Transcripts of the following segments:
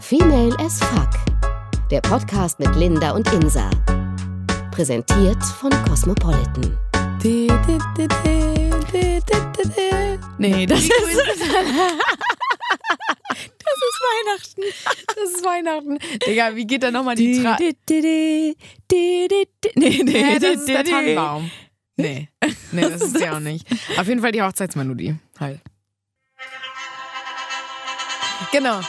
Female as Fuck. Der Podcast mit Linda und Insa. Präsentiert von Cosmopolitan. Nee, das ist. Das ist Weihnachten. Das ist Weihnachten. Digga, wie geht da nochmal die Tra. Di, di, di, di, di, di. Nee, nee, Nee, das di, ist di, der di. Tannenbaum. Nee. Nee, das ist der auch nicht. Auf jeden Fall die Hochzeitsmelodie. Halt. Genau.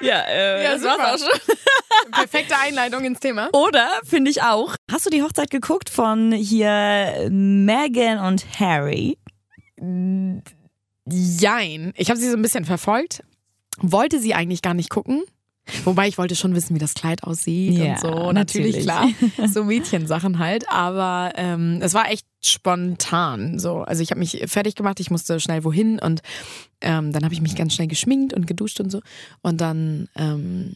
Ja, äh, Ja, das war's super. auch schon. Perfekte Einleitung ins Thema. Oder, finde ich auch, hast du die Hochzeit geguckt von hier Meghan und Harry? Jein. Ich habe sie so ein bisschen verfolgt. Wollte sie eigentlich gar nicht gucken. Wobei ich wollte schon wissen, wie das Kleid aussieht Ja, und so. Natürlich, natürlich. klar. So Mädchensachen halt. Aber ähm, es war echt spontan. So. Also ich habe mich fertig gemacht, ich musste schnell wohin und ähm, dann habe ich mich ganz schnell geschminkt und geduscht und so. Und dann, ähm,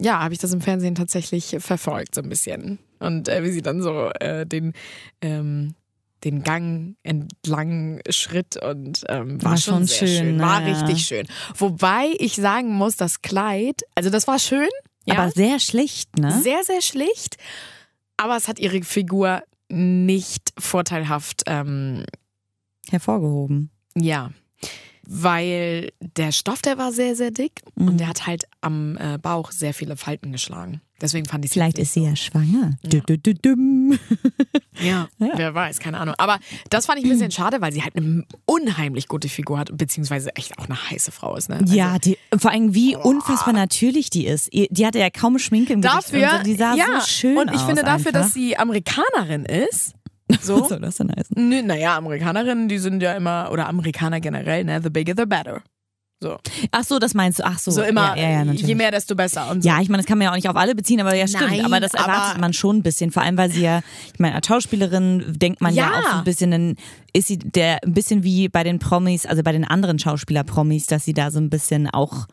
ja, habe ich das im Fernsehen tatsächlich verfolgt, so ein bisschen. Und äh, wie sie dann so äh, den, ähm, den Gang entlang schritt und ähm, war, War schon schon sehr schön. schön, ne? War richtig schön. Wobei ich sagen muss, das Kleid, also das war schön, ja, Aber sehr schlicht, ne? sehr, sehr schlicht, aber es hat ihre Figur nicht vorteilhaft ähm, Hervorgehoben. ja, weil der Stoff, der war sehr, sehr dick und Mhm. der hat halt am äh, Bauch sehr viele Falten geschlagen. Deswegen fand ich es Vielleicht ist sie ja schwanger. Du, du, du, dumm. Ja, wer weiß, keine Ahnung. Aber das fand ich ein bisschen schade, weil sie halt eine unheimlich gute Figur hat, beziehungsweise echt auch eine heiße Frau ist. Ne? Also Ja, die, vor allem wie unfassbar natürlich die ist. Ihr- Die hatte ja kaum Schminke im Gesicht. und Dafür, so, die sah ja, so schön und ich aus finde dafür, einfach. dass sie Amerikanerin ist. So, so, das ist ja nice. Nö, naja, Amerikanerinnen, die sind ja immer, oder Amerikaner generell, ne, the bigger the better. So, Ach so, das meinst du. Ach so. so immer, Ja, ja, ja, natürlich. je mehr, desto besser. Und so. Ja, ich meine, das kann man ja auch nicht auf alle beziehen, aber ja, stimmt. Nein, aber das erwartet aber- man schon ein bisschen. Vor allem, weil sie ja, ich meine, als Schauspielerin denkt man ja, Ja. auch so ein bisschen, dann ist sie der, ein bisschen wie bei den Promis, also bei den anderen Schauspieler-Promis, dass sie da so ein bisschen auch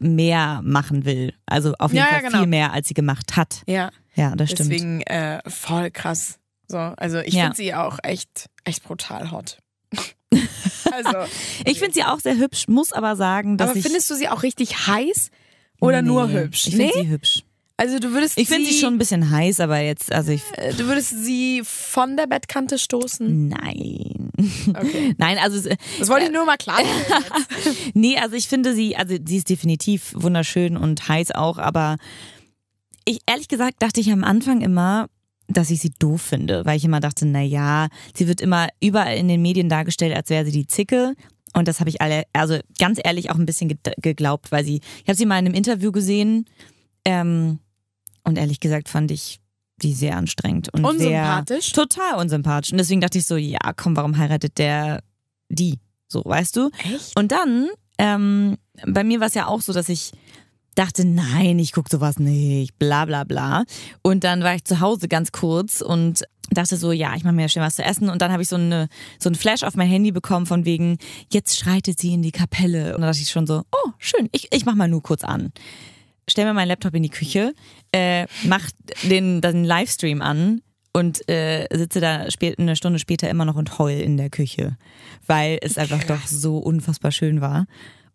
mehr machen will. Also auf jeden Ja, ja, Fall genau. viel mehr, als sie gemacht hat. ja. Ja, das stimmt. Deswegen äh, voll krass. So, also ich Ja. finde sie auch echt, echt brutal hot. also, Ich finde sie auch sehr hübsch, muss aber sagen, dass aber ich... findest du sie auch richtig heiß oder nur Nee, hübsch? Ich finde nee, sie hübsch. also du würdest Ich finde sie, sie schon ein bisschen heiß, aber jetzt, also ich... äh, du würdest sie von der Bettkante stoßen. Nein. Okay. Nein, also es- Das wollte ich nur mal klar. stellen jetzt. Nee, also ich finde sie, also sie ist definitiv wunderschön und heiß auch, aber ich ehrlich gesagt dachte ich am Anfang immer, dass ich sie doof finde, weil ich immer dachte, na ja, sie wird immer überall in den Medien dargestellt, als wäre sie die Zicke. Und das habe ich alle, also ganz ehrlich auch ein bisschen ge- geglaubt, weil sie, ich habe sie mal in einem Interview gesehen ähm, und ehrlich gesagt fand ich die sehr anstrengend und Unsympathisch? Sehr, total unsympathisch. Und deswegen dachte ich so, ja, komm, warum heiratet der die? So, weißt du? Echt? Und dann, ähm, bei mir war es ja auch so, dass ich dachte, nein, ich gucke sowas nicht, bla bla bla. Und dann war ich zu Hause ganz kurz und dachte so, ja, ich mache mir schön was zu essen. Und dann habe ich so, eine, so einen Flash auf mein Handy bekommen von wegen, jetzt schreitet sie in die Kapelle. Und dann dachte ich schon so, oh, schön, ich, ich mache mal nur kurz an. Stell mir meinen Laptop in die Küche, äh, mach den, den Livestream an und äh, sitze da spät, eine Stunde später immer noch und heul in der Küche, weil es einfach doch so unfassbar schön war.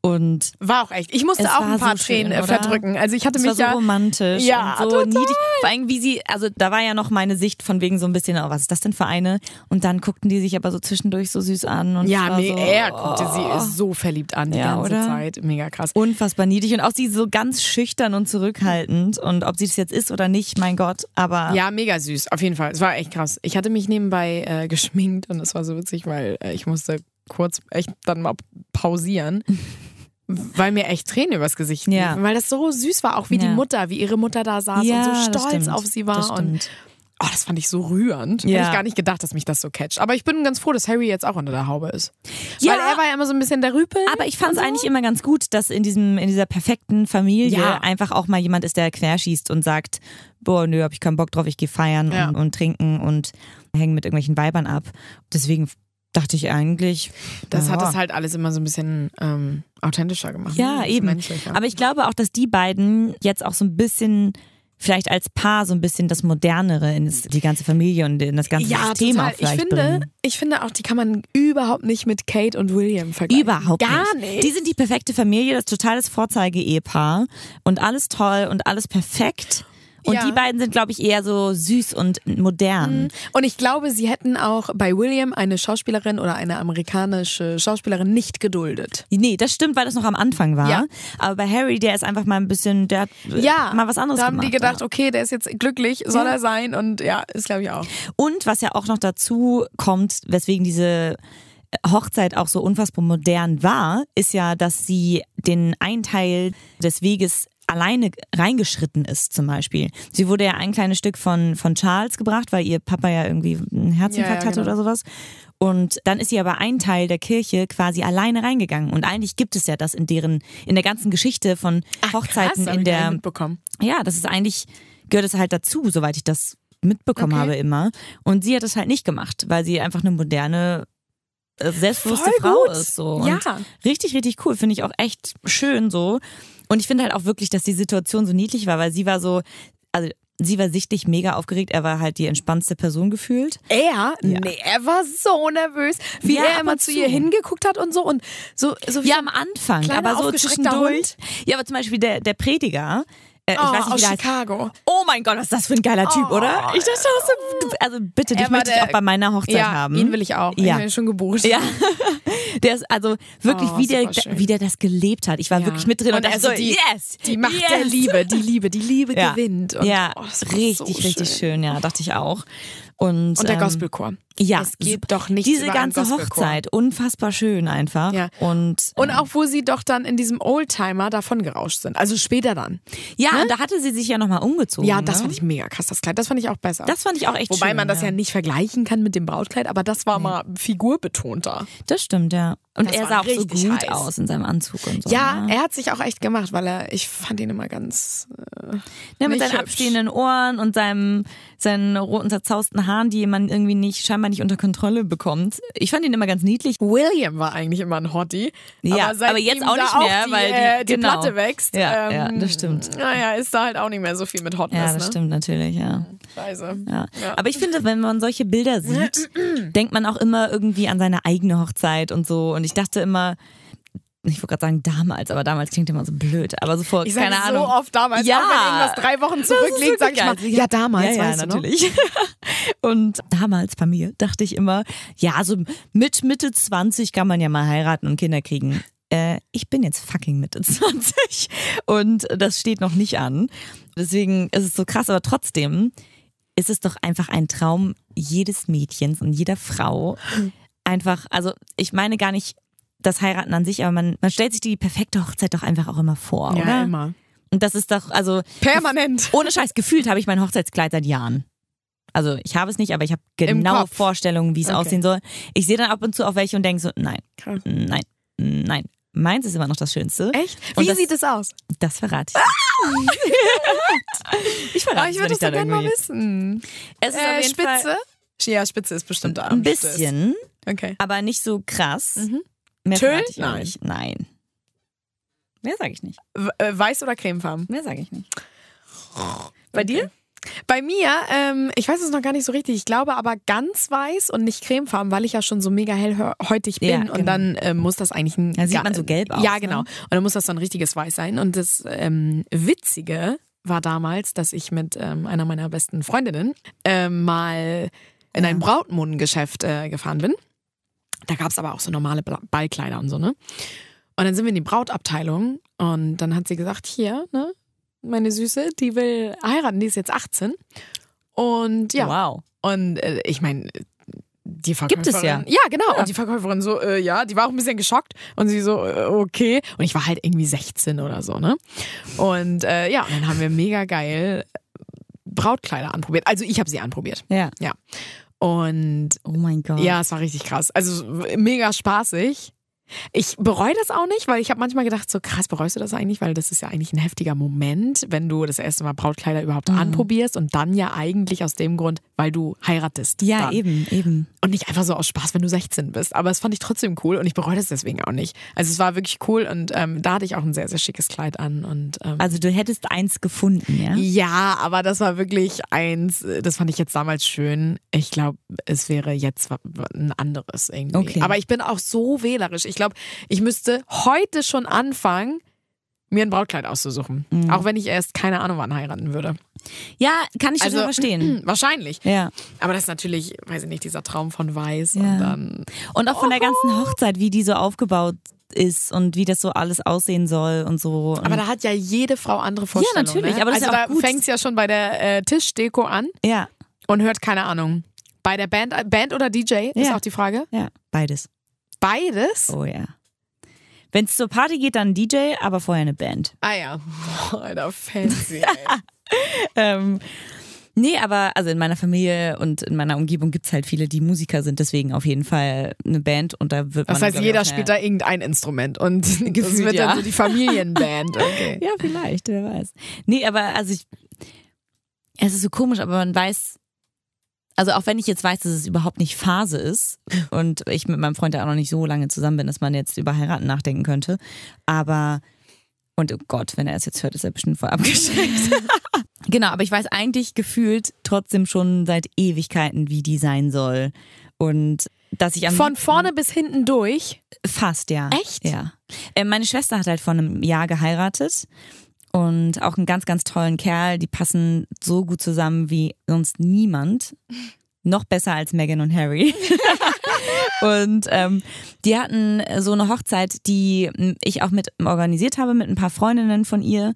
Und War auch echt. Ich musmusste Es auch war ein paar so schön, Tränen äh, oder? verdrücken. Also ich hatte Es mich war so ja romantisch Ja, und so total. niedlich. Vor allem, wie sie, also da war ja noch meine Sicht von wegen so ein bisschen, oh, was ist das denn für eine? Und dann guckten die sich aber so zwischendurch so süß an. Und es Ja, war nee, so, er guckte oh, sie so verliebt an die Ja, ganze oder? Zeit. Mega krass. Unfassbar niedlich und auch sie so ganz schüchtern und zurückhaltend. Und ob sie das jetzt ist oder nicht, mein Gott, aber Ja, mega süß, auf jeden Fall. Es war echt krass. Ich hatte mich nebenbei äh, geschminkt und es war so witzig, weil äh, ich musste kurz echt dann mal pausieren, weil mir echt Tränen übers Gesicht liefen, Ja. weil das so süß war, auch wie die Ja. Mutter, wie ihre Mutter da saß Ja, und das so stolz stimmt. auf sie Das war und stimmt. oh, das fand ich so rührend. Ja. Hätte ich gar nicht gedacht, dass mich das so catcht. Aber ich bin ganz froh, dass Harry jetzt auch unter der Haube ist. Ja. Weil er war ja immer so ein bisschen der Rüpel. Aber ich fand es eigentlich immer ganz gut, dass in diesem in dieser perfekten Familie Ja. einfach auch mal jemand ist, der querschießt und sagt, boah, nö, hab ich keinen Bock drauf, ich gehe feiern Ja. und, und trinken und hängen mit irgendwelchen Weibern ab. Deswegen dachte ich eigentlich, das na hat ja. es halt alles immer so ein bisschen ähm, authentischer gemacht. ja Ein bisschen eben. menschlicher. Aber ich glaube auch, dass die beiden jetzt auch so ein bisschen vielleicht als Paar so ein bisschen das Modernere in das, die ganze Familie und in das ganze System auch Ich vielleicht finde, bringen. ich finde auch, die kann man überhaupt nicht mit Kate und William vergleichen. Überhaupt Gar nicht. nicht. Die sind die perfekte Familie, das totales Vorzeige-Ehepaar und alles toll und alles perfekt. Und Ja. Mhm. die beiden sind, glaube ich, eher so süß und modern. Und ich glaube, sie hätten auch bei William eine Schauspielerin oder eine amerikanische Schauspielerin nicht geduldet. Nee, das stimmt, weil das noch am Anfang war. Ja. Aber bei Harry, der ist einfach mal ein bisschen, der hat äh, Ja, mal was anderes Da haben gemacht. die gedacht, okay, der ist jetzt glücklich, soll er sein und ja, ist glaube ich auch. Und was ja auch noch dazu kommt, weswegen diese äh, Hochzeit auch so unfassbar modern war, ist ja, dass sie den einen Teil des Weges alleine reingeschritten ist, zum Beispiel. Sie wurde ja ein kleines Stück von, von Charles gebracht, weil ihr Papa ja irgendwie einen Herzinfarkt Ja, ja, hatte genau. oder sowas. Und dann ist sie aber ein Teil der Kirche quasi alleine reingegangen. Und eigentlich gibt es ja das in deren, in der ganzen Geschichte von Hochzeiten hab in ich gar nicht der mitbekommen. ja, das ist eigentlich, gehört es halt dazu, soweit ich das mitbekommen Okay. habe immer. Und sie hat es halt nicht gemacht, weil sie einfach eine moderne, äh, selbstbewusste Voll Frau gut. ist. So. Ja. Und richtig, richtig cool. Finde ich auch echt schön so. Und ich finde halt auch wirklich, dass die Situation so niedlich war, weil sie war so, also sie war sichtlich mega aufgeregt. Er war halt die entspannste Person gefühlt. Er? Nee, er war so nervös, wie Ja, er ab immer und zu zu. ihr hingeguckt hat und so und so, so wie Ja, so- am Anfang, kleiner, aber so aufgeschreckter zwischendurch. Hund. Ja, aber zum Beispiel der, der Prediger. Äh, Oh, ich weiß nicht, aus wie der heißt. Chicago. Oh mein Gott, was ist das für ein geiler Typ, Oh. oder? Ich dachte, auch so, also bitte, dich Er war möchte ich der- auch bei meiner Hochzeit ja, haben. ihn will ich auch. Ja. Ich bin schon gebucht. Ja. Der ist also wirklich, Oh, wie, der, super schön. wie der das gelebt hat. Ich war Ja. wirklich mit drin und, dachte also so, die, yes! die Macht yes. der Liebe, die Liebe, die Liebe Ja. gewinnt. Und, ja, oh, das war richtig, so richtig schön, ja, dachte ich auch. Und, Und der ähm, Gospelchor. Ja, Es geht super. doch nichts Diese über einen ganze Gospelchor. Hochzeit, unfassbar schön einfach. Ja. Und, Und auch, wo sie doch dann in diesem Oldtimer davon gerauscht sind. Also später dann. ja, und da hatte sie sich ja nochmal umgezogen. ne? Ja, das ne? fand ich mega krass, das Kleid. Das fand ich auch besser. Das fand ich auch echt Wobei schön, man das ja. ja. nicht vergleichen kann mit dem Brautkleid, aber das war mal figurbetonter. Das stimmt, ja. Und Das er war sah auch so richtig gut heiß. aus in seinem Anzug und so. Ja, ne? er hat sich auch echt gemacht, weil er, ich fand ihn immer ganz. Ne, mit Nicht seinen hübsch. abstehenden Ohren und seinem, seinen roten, zerzausten Haaren, die man irgendwie nicht, scheinbar nicht unter Kontrolle bekommt. Ich fand ihn immer ganz niedlich. William war eigentlich immer ein Hottie. Ja, seit aber jetzt ihm auch da nicht mehr, die, weil die- äh, die genau. Platte wächst. ähm, Ja, ja, das stimmt. Naja, ist da halt auch nicht mehr so viel mit Hotness. Ja, das ne? stimmt natürlich, ja. Scheiße. ja. Ja. Aber ich finde, wenn man solche Bilder sieht, denkt man auch immer irgendwie an seine eigene Hochzeit und so. Und ich dachte immer, ich wollte gerade sagen damals, aber damals klingt immer so blöd. Aber so vor, Ich sage keine so Ahnung. oft damals, Ja. auch wenn irgendwas drei Wochen zurückliegt, sag ich mal, wirklich geil. ja damals, ja, ja, weißt du ne? noch? natürlich. Und damals bei mir dachte ich immer, ja, so mit Mitte 20 kann man ja mal heiraten und Kinder kriegen. Äh, ich bin jetzt fucking Mitte 20 und das steht noch nicht an. Deswegen ist es so krass, aber trotzdem ist es doch einfach ein Traum jedes Mädchens und jeder Frau. Einfach, also ich meine gar nicht das Heiraten an sich, aber man, man stellt sich die perfekte Hochzeit doch einfach auch immer vor, Ja, oder? immer. Und das ist doch, also Permanent. ohne Scheiß gefühlt habe ich mein Hochzeitskleid seit Jahren. Also ich habe es nicht, aber ich habe Im genaue Kopf. Vorstellungen, wie es Okay. aussehen soll. Ich sehe dann ab und zu auf welche und denke so, nein, Krass. Äh? nein, nein. Meins ist immer noch das Schönste. Echt? Und Wie das- sieht es aus? Das verrate ich. ich verrate Aber Ah! Oh, ich es, würde wenn das ich so dann gerne mal irgendwie... wissen. Es ist auf Äh, jeden Fall Spitze? Ja, Spitze ist bestimmt da. ein bisschen, Okay. aber nicht so krass. Mhm. Mehr Tüll? verrate ich auch Nein. nicht. Nein. Mehr sage ich nicht. W äh, weiß oder cremefarben? Mehr sage ich nicht. Bei dir? Bei mir, ähm, ich weiß es noch gar nicht so richtig. Ich glaube aber ganz weiß und nicht cremefarben, weil ich ja schon so mega hellhäutig bin. Ja, Und genau. dann ähm, muss das eigentlich ein. Da sieht ga- man so gelb aus, Ja, ne? genau. Und dann muss das so ein richtiges Weiß sein. Und das ähm, Witzige war damals, dass ich mit ähm, einer meiner besten Freundinnen ähm, mal in ein Brautmodengeschäft äh, gefahren bin. Da gab es aber auch so normale Bla- Ballkleider und so, ne? Und dann sind wir in die Brautabteilung und dann hat sie gesagt, hier, ne, meine Süße, die will heiraten, die ist jetzt 18. Und ja, Wow. und äh, ich meine, die Verkäuferin. Gibt es ja. Ja, genau. Und die Verkäuferin so, äh, ja, die war auch ein bisschen geschockt. Und sie so, äh, okay. Und ich war halt irgendwie 16 oder so, ne? Und äh, ja, und dann haben wir mega geil Brautkleider anprobiert. Also ich habe sie anprobiert. Ja. Ja. Und Oh mein Gott. ja, es war richtig krass. Also mega spaßig. Ich bereue das auch nicht, weil ich habe manchmal gedacht, so krass, bereust du das eigentlich? Weil das ist ja eigentlich ein heftiger Moment, wenn du das erste Mal Brautkleider überhaupt anprobierst und dann ja eigentlich aus dem Grund, weil du heiratest. Ja, eh. dann. eben, eben. Und nicht einfach so aus Spaß, wenn du 16 bist. Aber das fand ich trotzdem cool und ich bereue das deswegen auch nicht. Also es war wirklich cool und ähm, da hatte ich auch ein sehr, sehr schickes Kleid an. Und, ähm, Also du hättest eins gefunden, ja? ja, aber das war wirklich eins, äh, das fand ich jetzt damals schön. Ich glaube, es wäre jetzt wa- wa- ein anderes irgendwie. Okay. Aber ich bin auch so wählerisch. Ich glaube, ich müsste heute schon anfangen, mir ein Brautkleid auszusuchen. Mhm. Auch wenn ich erst keine Ahnung wann heiraten würde. Ja, kann ich Also, schon verstehen. Wahrscheinlich. Ja. Aber das ist natürlich, weiß ich nicht, dieser Traum von Weiß Ja. und dann. Und auch von der ganzen Hochzeit, wie die so aufgebaut ist und wie das so alles aussehen soll und so. Aber Und- da hat ja jede Frau andere Vorstellungen. natürlich, ne? aber das ist also ja auch da gut. fängt es ja schon bei der äh, Tischdeko an ja, und hört keine Ahnung. Bei der Band, äh, Band oder DJ ist Ja. auch die Frage. ja, beides. Beides? Oh ja. Wenn es zur Party geht, dann DJ, aber vorher eine Band. Ah ja. Alter, fancy. ey. Ähm, nee, aber also in meiner Familie und in meiner Umgebung gibt es halt viele, die Musiker sind, deswegen auf jeden Fall eine Band und da wird man. Das heißt, glaub ich, jeder auch schnell- spielt da irgendein Instrument und das Gefühlt, wird ja. dann so die Familienband. Okay. Ja, vielleicht, wer weiß. Nee, aber also ich. Es ist so komisch, aber man weiß. Also auch wenn ich jetzt weiß, dass es überhaupt nicht Phase ist und ich mit meinem Freund ja auch noch nicht so lange zusammen bin, dass man jetzt über heiraten nachdenken könnte. Aber. Und oh Gott, wenn er es jetzt hört, ist er bestimmt voll abgeschreckt. genau, aber ich weiß eigentlich gefühlt trotzdem schon seit Ewigkeiten, wie die sein soll. Und dass ich am Von vorne bis hinten durch. Fast, ja. Echt? Ja. Äh, meine Schwester hat halt vor einem Jahr geheiratet und auch einen ganz, ganz tollen Kerl. Die passen so gut zusammen wie sonst niemand. Noch besser als Meghan und Harry. und ähm, die hatten äh, so eine Hochzeit, die m, ich auch mit organisiert habe mit ein paar Freundinnen von ihr.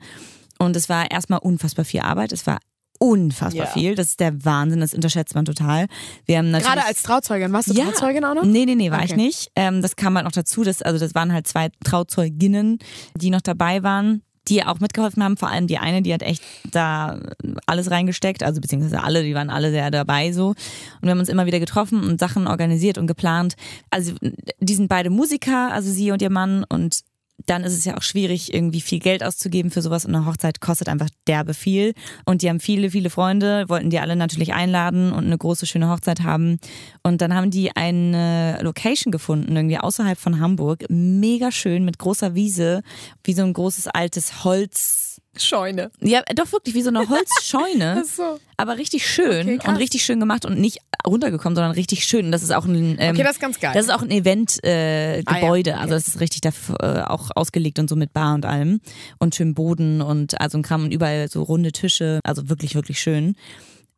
Und es war erstmal unfassbar viel Arbeit. Es war unfassbar Ja. viel. Das ist der Wahnsinn. Das unterschätzt man total. Wir haben natürlich Gerade als Trauzeugin. Warst du Trauzeugin auch noch? Nee, nee, nee, war Okay. ich nicht. Ähm, das kam halt noch dazu. Dass, also das waren halt zwei Trauzeuginnen, die noch dabei waren, die auch mitgeholfen haben. Vor allem die eine, die hat echt da alles reingesteckt. Also beziehungsweise alle, die waren alle sehr dabei so. Und wir haben uns immer wieder getroffen und Sachen organisiert und geplant. Also die sind beide Musiker, also sie und ihr Mann. Und dann ist es ja auch schwierig, irgendwie viel Geld auszugeben für sowas. Und eine Hochzeit kostet einfach derbe viel. Und die haben viele, viele Freunde, wollten die alle natürlich einladen und eine große, schöne Hochzeit haben. Und dann haben die eine Location gefunden, irgendwie außerhalb von Hamburg. Mega schön, mit großer Wiese, wie so ein großes altes Holz. Scheune. Ja, doch wirklich, wie so eine Holzscheune. Ach so. aber richtig schön Okay, krass. und richtig schön gemacht und nicht runtergekommen, sondern richtig schön. Und Das ist auch ein. Ähm, Okay, das ist ganz geil. das ist auch ein Event-Gebäude. Äh, Ah ja, Gebäude. okay. Also das ist richtig dafür, äh, auch ausgelegt und so mit Bar und allem. Und schön Boden und also ein Kram und überall so runde Tische. Also wirklich, wirklich schön.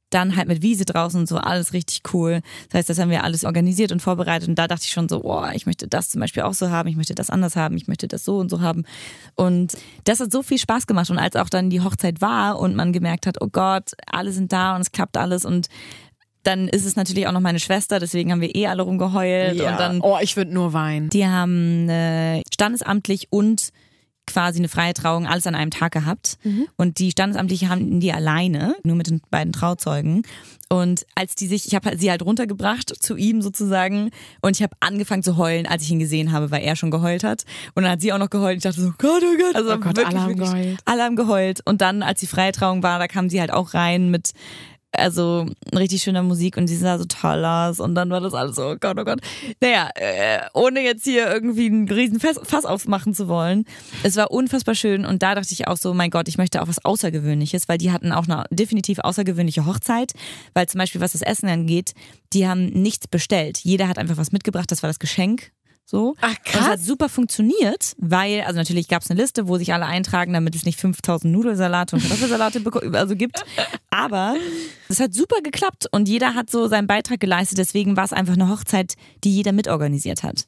Dann halt mit Wiese draußen und so, alles richtig cool. Das heißt, das haben wir alles organisiert und vorbereitet. Und da dachte ich schon so, oh, ich möchte das zum Beispiel auch so haben, ich möchte das anders haben, ich möchte das so und so haben. Und das hat so viel Spaß gemacht. Und als auch dann die Hochzeit war und man gemerkt hat, oh Gott, alle sind da und es klappt alles und dann ist es natürlich auch noch meine Schwester, deswegen haben wir eh alle rumgeheult ja. und dann oh, ich würde nur weinen. die haben äh, standesamtlich und quasi eine freie Trauung alles an einem Tag gehabt. Mhm. Und die Standesamtliche haben die alleine, nur mit den beiden Trauzeugen. Und als die sich, ich habe sie halt runtergebracht zu ihm sozusagen und ich habe angefangen zu heulen, als ich ihn gesehen habe, weil er schon geheult hat. Und dann hat sie auch noch geheult. Ich dachte so, Gott, oh Gott. Also Oh Gott, alle haben geheult. Alle haben geheult. Und dann, als die freie Trauung war, da kam sie halt auch rein mit also richtig schöner Musik und sie sah so toll aus und dann war das alles so, oh Gott, oh Gott. Naja, äh, ohne jetzt hier irgendwie einen riesen Fass, Fass aufmachen zu wollen. Es war unfassbar schön und da dachte ich auch so, mein Gott, ich möchte auch was Außergewöhnliches, weil die hatten auch eine definitiv außergewöhnliche Hochzeit, weil zum Beispiel was das Essen angeht, die haben nichts bestellt. Jeder hat einfach was mitgebracht, das war das Geschenk. So. Ach, Und es krass. hat super funktioniert, weil, also natürlich gab es eine Liste, wo sich alle eintragen, damit es nicht 5000 Nudelsalate und Kartoffelsalate beko- also gibt. Aber es hat super geklappt und jeder hat so seinen Beitrag geleistet. Deswegen war es einfach eine Hochzeit, die jeder mitorganisiert hat.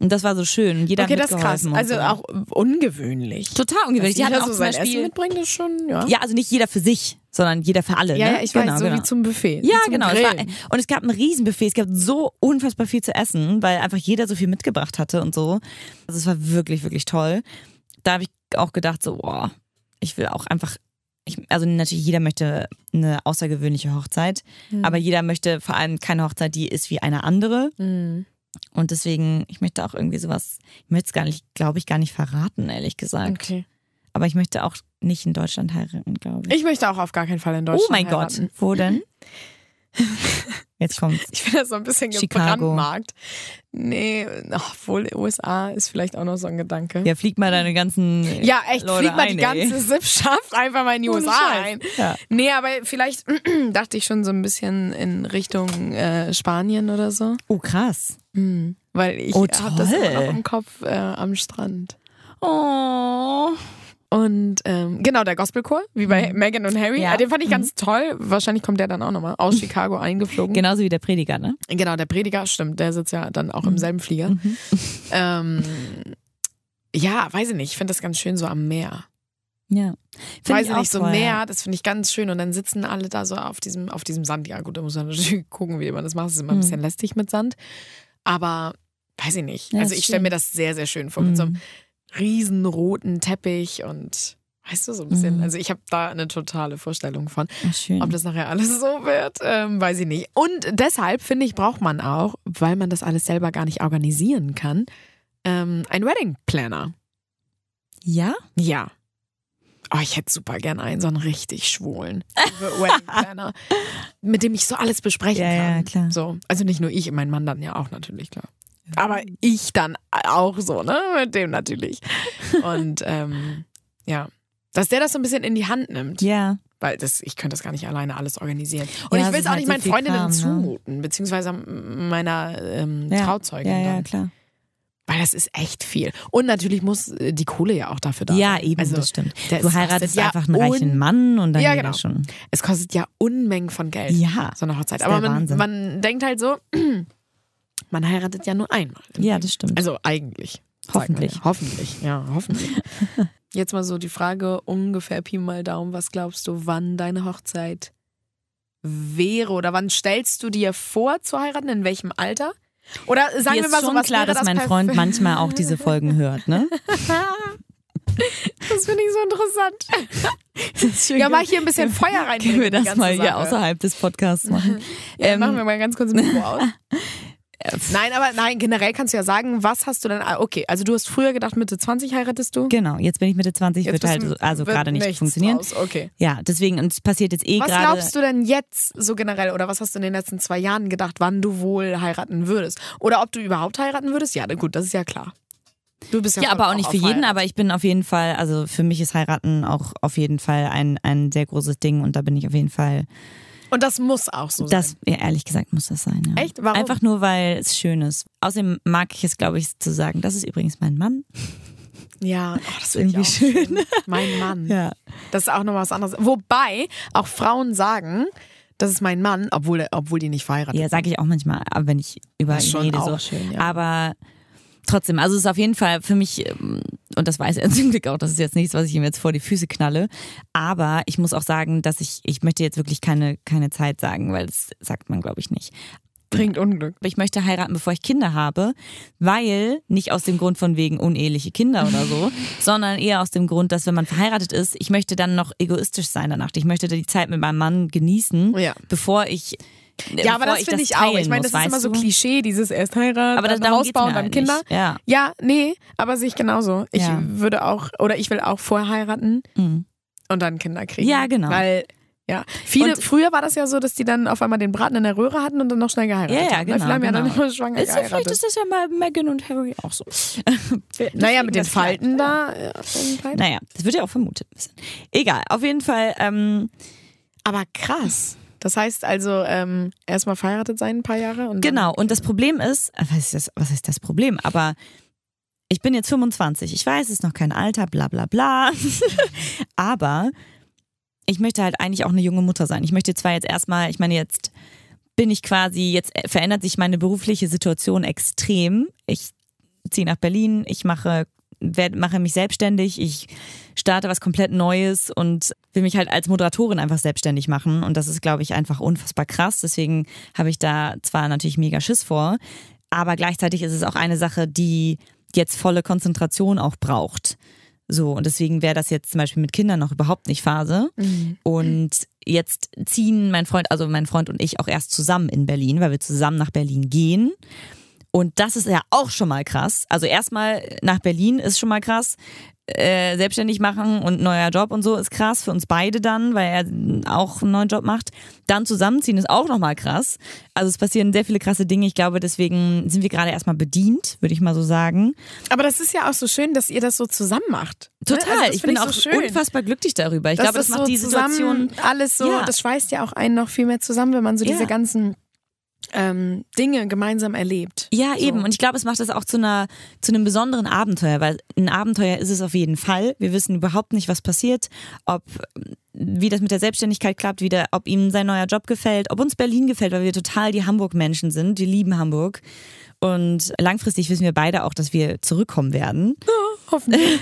Und das war so schön. Jeder Okay, hat das ist krass. mitgeholfen und Also so. auch ungewöhnlich. total ungewöhnlich. Dass Die hatten jeder auch so zum sein Essen Beispiel, mitbringt, ist schon, ja. ja, also nicht jeder für sich, sondern jeder für alle. Ja, ne? ja, ich weiß, so wie zum Buffet. Ja, zum genau. Es Grillen. war, und es gab ein Riesenbuffet. Es gab so unfassbar viel zu essen, weil einfach jeder so viel mitgebracht hatte und so. Also es war wirklich, wirklich toll. Da habe ich auch gedacht, so, boah, ich will auch einfach. Ich, also natürlich, jeder möchte eine Hm. Mhm. außergewöhnliche Hochzeit, aber jeder möchte vor allem keine Hochzeit, die ist wie eine andere. Und deswegen, ich möchte auch irgendwie sowas, ich möchte es gar nicht, glaube ich, gar nicht verraten, ehrlich gesagt. Okay. Aber ich möchte auch nicht in Deutschland heiraten, glaube ich. Ich möchte auch auf gar keinen Fall in Mhm. oh Deutschland. mein heiraten. Gott, wo denn? Jetzt kommt's. Ich bin da so ein bisschen Chicago. gebrandmarkt. Nee, obwohl USA ist vielleicht auch noch so ein Gedanke. Ja, flieg mal deine ganzen. Hm? äh, Ja, echt, Leute fliegt mal die ein, ey. ganze Sippschaft einfach mal in die Ohne USA Scheiß. ein. Ja. Nee, aber vielleicht dachte ich schon so ein bisschen in Richtung äh, Spanien oder so. Oh, krass. Weil ich Oh, habe das immer toll. noch im Kopf äh, am Strand. Oh. Und ähm, genau, der Gospelchor, wie bei Meghan und Harry. Mhm. Ja. Mhm. Äh, Den fand ich ganz toll. Wahrscheinlich kommt der dann auch nochmal aus Chicago eingeflogen. Genauso wie der Prediger, ne? Genau, der Prediger, stimmt, der sitzt ja dann Mhm. auch im selben Flieger. Ähm, ja, weiß ich nicht. Ich finde das ganz schön so am Meer. Ja. Find weiß ich ich auch nicht, so toll. Meer, das finde ich ganz schön. Und dann sitzen alle da so auf diesem, auf diesem Sand. Ja, gut, da muss man natürlich gucken, wie man das macht. Es ist immer ein Mhm. bisschen lästig mit Sand. Aber weiß ich nicht. Ja, also ist ich stelle schön. mir das sehr, sehr schön vor. Mit so einem Mhm. riesen roten Teppich und weißt du, so ein bisschen. Mhm. Also ich habe da eine totale Vorstellung von. Ach, schön. Ob das nachher alles so wird, ähm, weiß ich nicht. Und deshalb finde ich, braucht man auch, weil man das alles selber gar nicht organisieren kann, ähm, einen Wedding Planner. ja? Ja. Oh, ich hätte super gern einen, so einen richtig schwulen Wedding Planner, mit dem ich so alles besprechen Ja, ja, kann. klar. So. Also nicht nur ich, mein Mann dann ja auch natürlich, klar. Aber ich dann auch so, ne? Mit dem natürlich. Und ähm, ja. Dass der das so ein bisschen in die Hand nimmt Ja. weil das, ich könnte das gar nicht alleine alles organisieren. Und Ja, ich es ist will es auch halt nicht so meinen viel Freundinnen Kram, ne? zumuten, beziehungsweise meiner ähm, Ja. Trauzeugin. Ja, ja, dann. klar. Weil das ist echt viel. Und natürlich muss äh, die Kohle ja auch dafür da Ja, sein. eben, Also, das stimmt. das Du heiratest kostet ja einfach einen reichen un- Mann und dann Ja, geht genau. das schon. Es kostet ja Unmengen von Geld. Ja. So eine Hochzeit. Ist der Aber man, Wahnsinn. man denkt halt so, man heiratet ja nur einmal. Ja, das stimmt. Also eigentlich. sagt man Hoffentlich. Ja. Hoffentlich, ja, hoffentlich. Jetzt mal so die Frage ungefähr Pi mal Daumen, was glaubst du, wann deine Hochzeit wäre oder wann stellst du dir vor zu heiraten, in welchem Alter? Oder sagen Mir wir ist mal so, schon was klar, wäre dass das mein perf- Freund manchmal auch diese Folgen hört, ne? Das finde ich so interessant. Ja, ja, mach hier ein bisschen Feuer rein. Können wir in genau. die das ganze mal Sache. hier außerhalb des Podcasts machen? Ja, Ähm, machen wir mal ganz kurz ein Mikro aus. Nein, aber nein, generell kannst du ja sagen, was hast du denn. ah, Okay, also du hast früher gedacht, Mitte 20 heiratest du? Genau, jetzt bin ich Mitte 20, Jetzt wird bist halt du- so- also wird gerade nicht nichts funktionieren. draus, Okay. Ja, deswegen, und es passiert jetzt eh Was gerade. glaubst du denn jetzt so generell oder was hast du in den letzten zwei Jahren gedacht, wann du wohl heiraten würdest? Oder ob du überhaupt heiraten würdest? Ja, na gut, das ist ja klar. Du bist ja, Ja, voll aber auch nicht für auf jeden, Heirat. aber ich bin auf jeden Fall, also für mich ist heiraten auch auf jeden Fall ein, ein sehr großes Ding und da bin ich auf jeden Fall, Und das muss auch so das, sein. ja, ehrlich gesagt, muss das sein. Ja. Echt? Warum? Einfach nur, weil es schön ist. Außerdem mag ich es, glaube ich, zu sagen, das ist übrigens mein Mann. Ja, oh, das finde ich auch Irgendwie schön. Mein Mann. Ja. Das ist auch nochmal was anderes. Wobei auch Frauen sagen, das ist mein Mann, obwohl, obwohl die nicht verheiratet Ja, sage ich auch manchmal, aber wenn ich über Das ist ihn schon rede. so. auch schön, ja. Aber trotzdem, also es ist auf jeden Fall für mich, ähm, und das weiß er zum Glück auch, das ist jetzt nichts, was ich ihm jetzt vor die Füße knalle. Aber ich muss auch sagen, dass ich, ich möchte jetzt wirklich keine, keine Zeit sagen, weil das sagt man, glaube ich, nicht. bringt Unglück. ich möchte heiraten, bevor ich Kinder habe, weil nicht aus dem Grund von wegen uneheliche Kinder oder so, sondern eher aus dem Grund, dass wenn man verheiratet ist, ich möchte dann noch egoistisch sein danach. Ich möchte die Zeit mit meinem Mann genießen, Ja. bevor ich äh, Ja, aber bevor das ich finde ich teilen auch. Ich meine, das muss, ist immer weißt so du? Klischee, dieses erst heiraten, Aber das- dann darum Haus geht's bauen, mir dann halt Kinder. nicht. Ja. ja, nee, aber sehe ich genauso. Ich Ja. würde auch, oder ich will auch vorher heiraten Mhm. und dann Kinder kriegen. Ja, genau. Weil, ja, viele, Und- früher war das ja so, dass die dann auf einmal den Braten in der Röhre hatten und dann noch schnell geheiratet Ja, ja, haben. genau, Viele haben ja dann genau. immer schwanger Ist ja, vielleicht geheiratet. ist das ja mal Meghan und Harry auch so. naja, mit den das vielleicht, Falten da. äh, auf jeden Fall. Naja, das wird ja auch vermutet. ein bisschen. Egal, auf jeden Fall. Ähm, Aber krass. Das heißt also, ähm, erstmal verheiratet sein ein paar Jahre und dann- Genau, und das Problem ist, äh, was ist das, was ist das Problem? Aber ich bin jetzt 25, ich weiß, es ist noch kein Alter, bla bla bla. Aber ich möchte halt eigentlich auch eine junge Mutter sein. Ich möchte zwar jetzt erstmal, ich meine, jetzt bin ich quasi, jetzt äh, verändert sich meine berufliche Situation extrem. Ich ziehe nach Berlin, ich mache, werd, mache mich selbstständig, ich starte was komplett Neues und will mich halt als Moderatorin einfach selbstständig machen. Und das ist, glaube ich, einfach unfassbar krass. Deswegen habe ich da zwar natürlich mega Schiss vor, aber gleichzeitig ist es auch eine Sache, die jetzt volle Konzentration auch braucht. So, und deswegen wäre das jetzt zum Beispiel mit Kindern noch überhaupt nicht Phase. Und jetzt ziehen mein Freund, also mein Freund und ich auch erst zusammen in Berlin, weil wir zusammen nach Berlin gehen. Und das ist ja auch schon mal krass. Also erstmal nach Berlin ist schon mal krass. Äh, selbstständig machen und neuer Job und so ist krass für uns beide dann, weil er auch einen neuen Job macht. Dann zusammenziehen ist auch nochmal krass. Also es passieren sehr viele krasse Dinge. Ich glaube, deswegen sind wir gerade erstmal bedient, würde ich mal so sagen. Aber das ist ja auch so schön, dass ihr das so zusammen macht. ne? Total. Also das ich find bin auch so schön. unfassbar glücklich darüber. Ich Dass glaube, das es macht so die zusammen Situation alles so, Ja. das schweißt ja auch einen noch viel mehr zusammen, wenn man so Ja. diese ganzen ähm, Dinge gemeinsam erlebt. Ja, So. eben. Und ich glaube, es macht das auch zu einer, zu einem besonderen Abenteuer, weil ein Abenteuer ist es auf jeden Fall. Wir wissen überhaupt nicht, was passiert, ob, wie das mit der Selbstständigkeit klappt, wie der, ob ihm sein neuer Job gefällt, ob uns Berlin gefällt, weil wir total die Hamburg-Menschen sind. Wir lieben Hamburg. Und langfristig wissen wir beide auch, dass wir zurückkommen werden. Hoffentlich.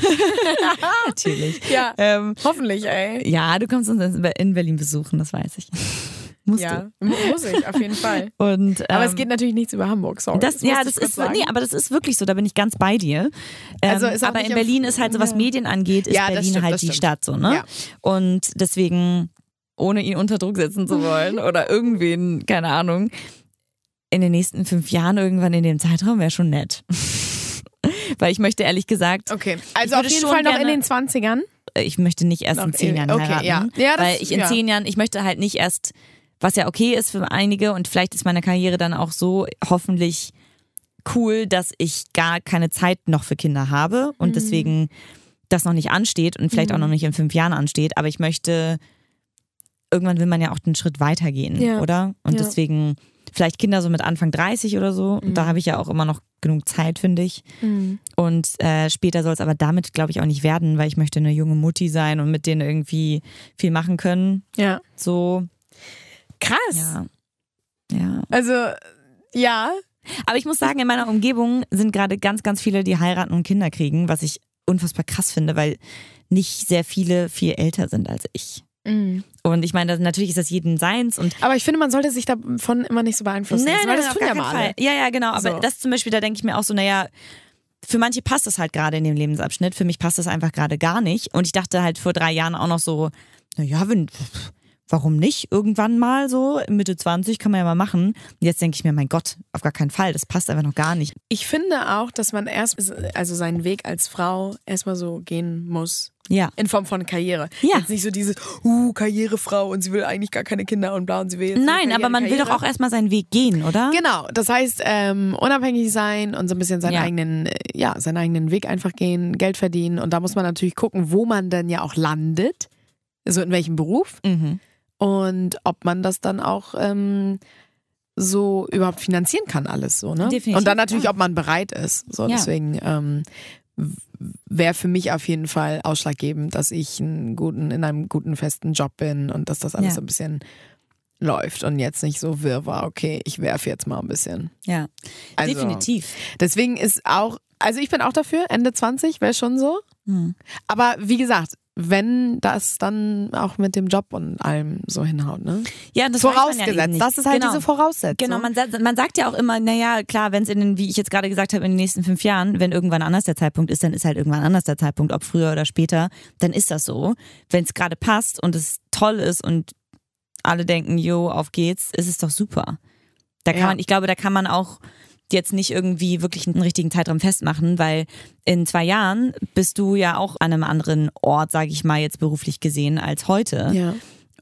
Natürlich. ja. Ähm, Hoffentlich, ey. ja, du kommst uns in Berlin besuchen, das weiß ich. Musst du. Ja, mu- muss ich, auf jeden Fall. Und, ähm, Aber es geht natürlich nichts über Hamburg, sorry. Das, ja, musste das ich kurz ist, sagen. nee, aber das ist wirklich so, da bin ich ganz bei dir. Ähm, Also ist auch aber nicht in auf- Berlin ist halt so, was ja. Medien angeht, ist Ja, das Berlin stimmt, halt das die stimmt. Stadt so, ne? Ja. Und deswegen, ohne ihn unter Druck setzen zu wollen oder irgendwen, keine Ahnung, in den nächsten fünf Jahren irgendwann in dem Zeitraum wäre schon nett. Weil ich möchte ehrlich gesagt, Okay, Ich also würde auf jeden schon Fall noch in gerne- den 20ern. äh, ich möchte nicht erst in Noch zehn eh- Jahren okay, heiraten. ja. Ja, das- weil ich in ja. zehn Jahren, ich möchte halt nicht erst, was ja okay ist für einige und vielleicht ist meine Karriere dann auch so hoffentlich cool, dass ich gar keine Zeit noch für Kinder habe Mhm. und deswegen das noch nicht ansteht und vielleicht auch noch nicht in fünf Jahren ansteht, aber ich möchte, irgendwann will man ja auch den Schritt weitergehen, Ja. oder? Und Ja. deswegen vielleicht Kinder so mit Anfang 30 oder so, und da Mhm. habe ich ja auch immer noch genug Zeit, finde ich. Und äh, später soll es aber damit, glaube ich, auch nicht werden, weil ich möchte eine junge Mutti sein und mit denen irgendwie viel machen können. Ja. So, Krass. ja. Ja. Also, ja. Aber ich muss sagen, in meiner Umgebung sind gerade ganz, ganz viele, die heiraten und Kinder kriegen, was ich unfassbar krass finde, weil nicht sehr viele viel älter sind als ich. Und ich meine, das- natürlich ist das jeden seins und Aber ich finde, man sollte sich davon immer nicht so beeinflussen. lassen, weil das auf tun gar ja keinen mal Fall. alle. Ja, ja, genau. Aber So. das zum Beispiel, da denke ich mir auch so, naja, für manche passt das halt gerade in dem Lebensabschnitt. Für mich passt das einfach gerade gar nicht. Und ich dachte halt vor drei Jahren auch noch so, naja, wenn, pff, warum nicht? Irgendwann mal so, Mitte 20 kann man ja mal machen. Und jetzt denke ich mir, mein Gott, auf gar keinen Fall. Das passt einfach noch gar nicht. Ich finde auch, dass man erst, also seinen Weg als Frau erstmal so gehen muss. Ja. In Form von Karriere. Ja. Jetzt nicht so dieses, uh, Karrierefrau und sie will eigentlich gar keine Kinder und bla und sie will jetzt. nur Nein, Karriere, aber man will Karriere. doch auch erstmal seinen Weg gehen, oder? Genau, das heißt, ähm, unabhängig sein und so ein bisschen seinen Ja. eigenen, äh, ja, seinen eigenen Weg einfach gehen, Geld verdienen. Und da muss man natürlich gucken, wo man dann ja auch landet. Also in welchem Beruf Mhm. und ob man das dann auch ähm, so überhaupt finanzieren kann, alles so, ne? Definitiv, und dann natürlich, ja. ob man bereit ist. So, Ja. deswegen ähm, wäre für mich auf jeden Fall ausschlaggebend, dass ich einen guten, in einem guten, festen Job bin und dass das alles Ja. so ein bisschen läuft und jetzt nicht so wirr war, okay, ich werfe jetzt mal ein bisschen. Ja, Also- definitiv. Deswegen ist auch, also ich bin auch dafür, Ende 20 wäre schon so. Hm. Aber wie gesagt, wenn das dann auch mit dem Job und allem so hinhaut, ne? Ja, das weiß man ja Vorausgesetzt. eben nicht. das ist halt Genau. diese Voraussetzung. Genau, man, sa- man sagt ja auch immer, naja, klar, wenn es in den, wie ich jetzt gerade gesagt habe, in den nächsten fünf Jahren, wenn irgendwann anders der Zeitpunkt ist, dann ist halt irgendwann anders der Zeitpunkt, ob früher oder später, dann ist das so. Wenn es gerade passt und es toll ist und alle denken, jo, auf geht's, ist es doch super. Da kann Ja. man, ich glaube, da kann man auch jetzt nicht irgendwie wirklich einen richtigen Zeitraum festmachen, weil in zwei Jahren bist du ja auch an einem anderen Ort, sage ich mal, jetzt beruflich gesehen als heute. ja.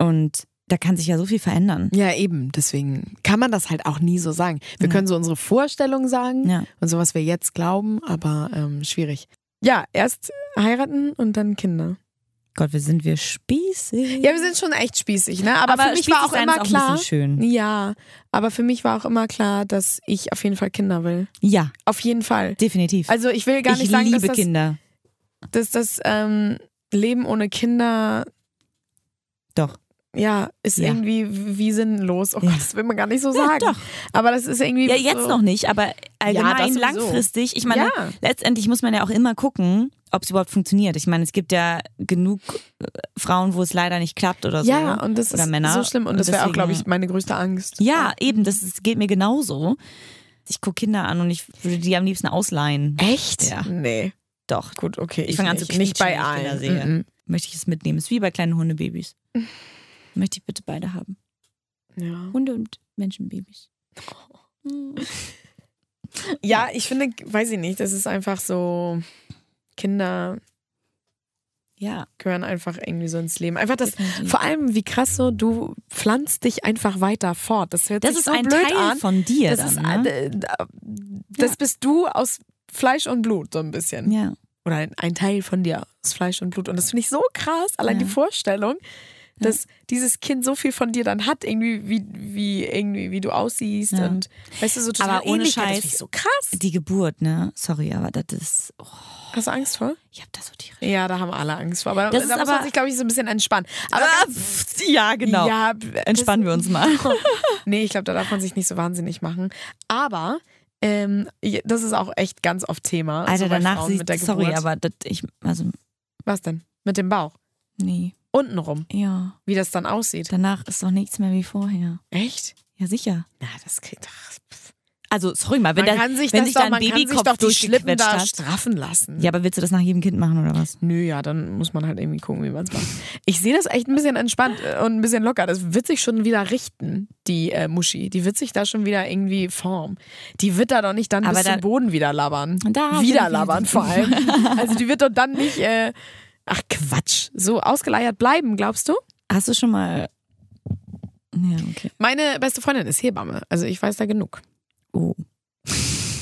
Und da kann sich ja so viel verändern. ja, eben. Deswegen kann man das halt auch nie so sagen. Wir können so unsere Vorstellung sagen Ja. und so, was wir jetzt glauben, aber ähm, schwierig. Ja, erst heiraten und dann Kinder. Gott, wir sind wir spießig. Ja, wir sind schon echt spießig, ne? Aber, für mich war auch immer klar. schön. Ja, aber für mich war auch immer klar, dass ich auf jeden Fall Kinder will. Ja, Auf jeden Fall. definitiv. Also ich will gar ich nicht sagen, liebe dass das, Kinder. dass das ähm, Leben ohne Kinder Doch. ja ist Ja. irgendwie wie sinnlos. Oh Ja. Gott, das will man gar nicht so sagen. doch. Aber das ist irgendwie Ja, jetzt so, noch nicht, aber allgemein sowieso. langfristig. Ich meine, Ja. letztendlich muss man ja auch immer gucken, ob es überhaupt funktioniert. Ich meine, es gibt ja genug äh, Frauen, wo es leider nicht klappt oder so. ne? Ja, und das oder ist Männer. so schlimm und das wäre auch, glaube ich, meine größte Angst. Ja, eben, das ist, geht mir genauso. Ich gucke Kinder an und ich würde die am liebsten ausleihen. Echt? Ja. Nee. Doch. Gut, okay. Ich fange an zu nicht. Nicht quietschen, bei wenn ich Kinder allen. sehe. Mhm. Möchte ich es mitnehmen? Ist wie bei kleinen Hundebabys. Möchte ich bitte beide haben. Ja. Hunde und Menschenbabys. Ja, ich finde, weiß ich nicht, das ist einfach so, Kinder Ja. gehören einfach irgendwie so ins Leben. Einfach das, vor allem wie krass so, du pflanzt dich einfach weiter fort. Das hört Das sich ist so ein blöd Teil an. von dir das dann, ne? ist, äh, d- das bist du aus Fleisch und Blut so ein bisschen. Ja. Oder ein, ein Teil von dir aus Fleisch und Blut. Und das finde ich so krass, allein Ja. die Vorstellung, dass dieses Kind so viel von dir dann hat, irgendwie wie, wie, irgendwie, wie du aussiehst Ja. und weißt du, so total Aber ohne Ähnlichkeit. Das Scheiß. finde ich so krass. Die Geburt, ne? Sorry, aber das ist. Oh, Hast du Angst vor? ich hab da so die Ja, da haben alle Angst vor. Aber Das da ist muss aber- man sich, glaube ich, so ein bisschen entspannen. Aber Ah, ganz- pff, ja, genau. Ja, Oh, b- Entspannen wir uns mal. nee, ich glaube, da darf man sich nicht so wahnsinnig machen. Aber ähm, je- das ist auch echt ganz oft Thema. Alter, so bei danach Frauen sieht mit der sorry, Geburt. aber das, ich, also, Was denn? Mit dem Bauch. nee, Untenrum, ja. wie das dann aussieht. Danach ist doch nichts mehr wie vorher. Echt? Ja, sicher. Na, das geht doch. pff. Also, sorry mal, wenn, man da, kann sich wenn das sich doch, da ein man kann sich Babykopf doch die Schlippen durchgequetscht da hat. straffen lassen. Ja, aber willst du das nach jedem Kind machen oder was? Nö, ja, dann muss man halt irgendwie gucken, wie man es macht. Ich sehe das echt ein bisschen entspannt äh, und ein bisschen locker. Das wird sich schon wieder richten, die äh, Muschi. Die wird sich da schon wieder irgendwie formen. Die wird da doch nicht dann Aber bis da- zum Boden wieder labern. Da- wieder labern vor allem. Also die wird doch dann nicht, äh, ach Quatsch, so ausgeleiert bleiben, glaubst du? Hast du schon mal. Ja, okay. Meine beste Freundin ist Hebamme, also ich weiß da genug. Oh.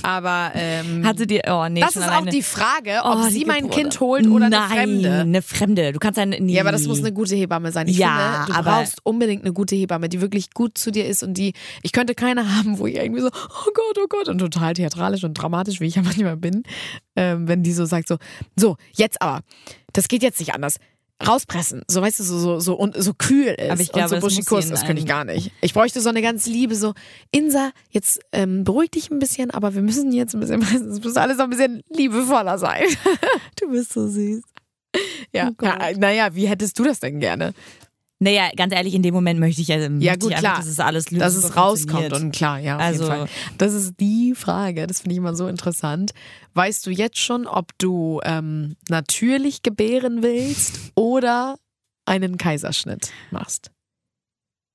Aber ähm, Hatte dir. Oh, nee, das schon ist auch alleine. die Frage, ob Oh, sie die mein Geburt. Kind holt oder Nein, eine Fremde. eine Fremde. Du kannst eine. Nee. Ja, aber das muss eine gute Hebamme sein. Ich Ja, finde, du aber- brauchst unbedingt eine gute Hebamme, die wirklich gut zu dir ist und die, ich könnte keine haben, wo ich irgendwie so, oh Gott, oh Gott, und total theatralisch und dramatisch, wie ich ja manchmal bin, ähm, wenn die so sagt, so, so, jetzt aber, das geht jetzt nicht anders. Rauspressen, so weißt du, so, so, so, und so kühl ist Aber ich glaube, das und so muss buschikos, sie in das könnte ich einem- gar nicht. Ich bräuchte so eine ganz liebe, so, Insa, jetzt ähm, beruhig dich ein bisschen, aber wir müssen jetzt ein bisschen, es muss alles noch ein bisschen liebevoller sein. Du bist so süß. Ja, Oh Gott. Na- naja, wie hättest du das denn gerne? Naja, ganz ehrlich, in dem Moment möchte ich also, möchte gut, ich klar. einfach, dass es alles dass es super rauskommt funktioniert. und klar, ja, auf Also- jeden Fall. Das ist die Frage, das finde ich immer so interessant. Weißt du jetzt schon, ob du ähm, natürlich gebären willst oder einen Kaiserschnitt machst?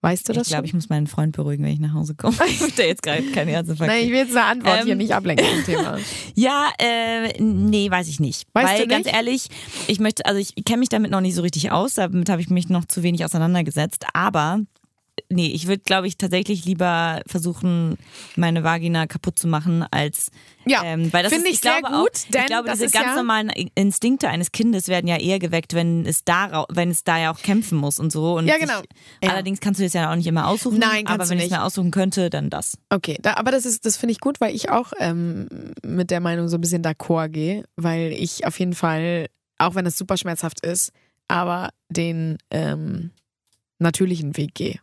Weißt du das ich glaube, ich schon? muss meinen Freund beruhigen, wenn ich nach Hause komme. Ich hab da jetzt gerade keinen Herzinfarkt. Nein, ich will jetzt eine Antwort Ähm, hier nicht ablenken vom Thema. Ja, äh, nee, weiß ich nicht. Weißt Weil du nicht? ganz ehrlich, ich möchte, also ich kenne mich damit noch nicht so richtig aus, damit habe ich mich noch zu wenig auseinandergesetzt, aber nee, ich würde, glaube ich, tatsächlich lieber versuchen, meine Vagina kaputt zu machen, als Ja, ähm, weil das finde ist, ich sehr glaube gut, auch, denn ich glaube, das diese ist ganz ja- normalen Instinkte eines Kindes werden ja eher geweckt, wenn es da, wenn es da ja auch kämpfen muss und so. Und Ja, sich- genau. Ja. Allerdings kannst du das ja auch nicht immer aussuchen. Nein, kannst aber du wenn ich es nicht. mir aussuchen könnte, dann das. Okay, da, aber das ist, das finde ich gut, weil ich auch ähm, mit der Meinung so ein bisschen d'accord gehe, weil ich auf jeden Fall, auch wenn es super schmerzhaft ist, aber den ähm, natürlichen Weg gehe.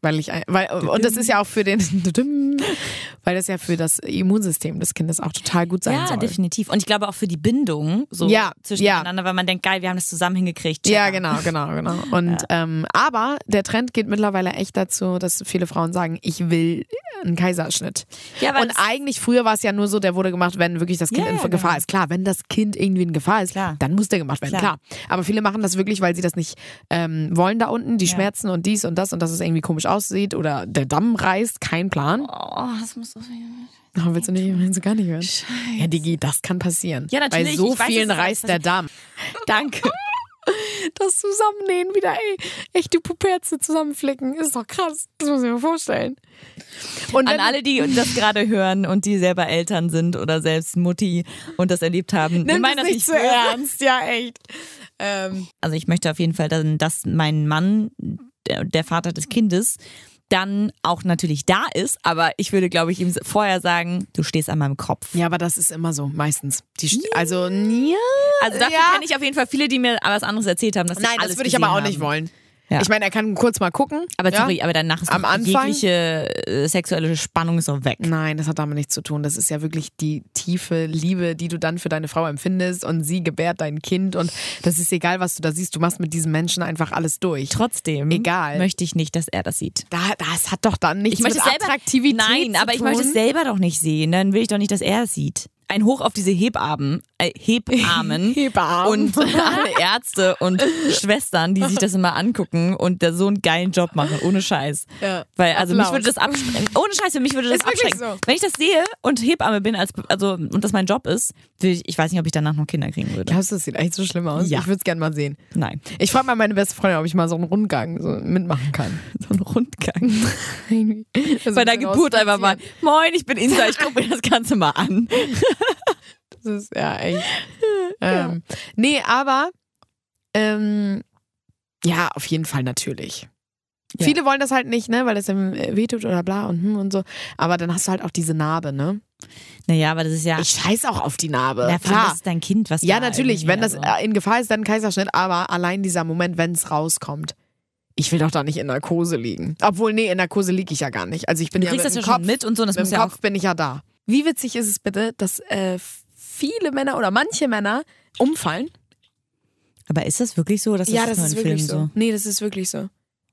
Weil ich, ein- weil, und das ist ja auch für den, weil das ja für das Immunsystem des Kindes auch total gut sein ja, soll. definitiv. Und ich glaube auch für die Bindung so Ja, zwischen ja. einander, weil man denkt, geil, wir haben das zusammen hingekriegt. Ja, Checker. genau, genau, genau. Und ähm, aber der Trend geht mittlerweile echt dazu, dass viele Frauen sagen, ich will einen Kaiserschnitt. Ja, weil und es- eigentlich früher war es ja nur so, der wurde gemacht, wenn wirklich das Kind Ja, in ja, Gefahr genau. ist. Klar, wenn das Kind irgendwie in Gefahr ist, Klar. dann muss der gemacht werden, klar. Klar. Aber viele machen das wirklich, weil sie das nicht ähm, wollen da unten, die Schmerzen und dies und das und dass es irgendwie komisch aussieht oder der Damm reißt, kein Plan. Oh, das muss so Oh, willst du nicht, willst du gar nicht hören? Ja, Digi, das kann passieren. Ja, Bei natürlich, so ich weiß, vielen dass das reißt der Darm. Danke. Das Zusammennähen wieder, ey. Echt die Puperze zusammenflicken. Ist doch krass. Das muss ich mir vorstellen. Und An wenn- alle, die das gerade hören und die selber Eltern sind oder selbst Mutti und das erlebt haben. wir Nimm meinen das das nicht so böse. ernst. Ja, echt. Ähm, Also ich möchte auf jeden Fall, dann, dass mein Mann, der, der Vater des Kindes, dann auch natürlich da ist, aber ich würde, glaube ich, ihm vorher sagen, du stehst an meinem Kopf. ja, aber das ist immer so. Meistens. Die, st- also, ja. Also dafür Ja. kenne ich auf jeden Fall viele, die mir was anderes erzählt haben. Dass sie Nein, das alles würde ich aber auch gesehen nicht haben. wollen. Ja. Ich meine, er kann kurz mal gucken. Aber ja? sorry, aber danach ist Am doch Anfang- jegliche äh, sexuelle Spannung ist auch weg. Nein, das hat damit nichts zu tun. Das ist ja wirklich die tiefe Liebe, die du dann für deine Frau empfindest und sie gebärt dein Kind und das ist egal, was du da siehst. Du machst mit diesem Menschen einfach alles durch. Trotzdem Egal. möchte ich nicht, dass er das sieht. Da, das hat doch dann nichts Ich möchte mit es selber, Attraktivität Nein, zu aber ich tun. ne? möchte es selber doch nicht sehen. Dann will ich doch nicht, dass er es sieht. Ein Hoch auf diese Hebammen. äh, Hebammen Hebammen. und alle Ärzte und Schwestern, die sich das immer angucken und da so einen geilen Job machen, ohne Scheiß. Ja. Weil, also mich Applaus. würde das abschrecken. Ohne Scheiß, für mich würde das Ist wirklich abschrecken. so. Wenn ich das sehe und Hebamme bin, als, also, und das mein Job ist, würde ich, ich weiß nicht, ob ich danach noch Kinder kriegen würde. Glaubst du, das sieht echt so schlimm aus? Ja. Ich würde es gerne mal sehen. Nein. Ich frage mal meine beste Freundin, ob ich mal so einen Rundgang so mitmachen kann. So ein Rundgang. Also Bei der Geburt einfach mal. Moin, ich bin Insa, ich gucke mir das Ganze mal an. Das ist ja echt. Ähm, nee, aber ähm, ja, auf jeden Fall natürlich. Ja. Viele wollen das halt nicht, ne, weil das dann äh, wehtut oder bla und hm und so. Aber dann hast du halt auch diese Narbe, ne? Naja, aber das ist ja. Ich scheiß auch auf die Narbe. na, vor allem, Äh, Klar. das ist dein Kind, was Ja, da natürlich, irgendwie- wenn das also- äh, in Gefahr ist, dann Kaiserschnitt, aber allein dieser Moment, wenn es rauskommt. Ich will doch da nicht in Narkose liegen. Obwohl, nee, in Narkose liege ich ja gar nicht. Also ich bin Du ja kriegst mit das dem ja Kopf, schon mit und so, und das mit muss dem ja auch. Kopf bin ich ja da. Wie witzig ist es bitte, dass äh, viele Männer oder manche Männer umfallen? Aber ist das wirklich so? Das ist ja, nur das in ist Filmen wirklich so. Nee, das ist wirklich so. so.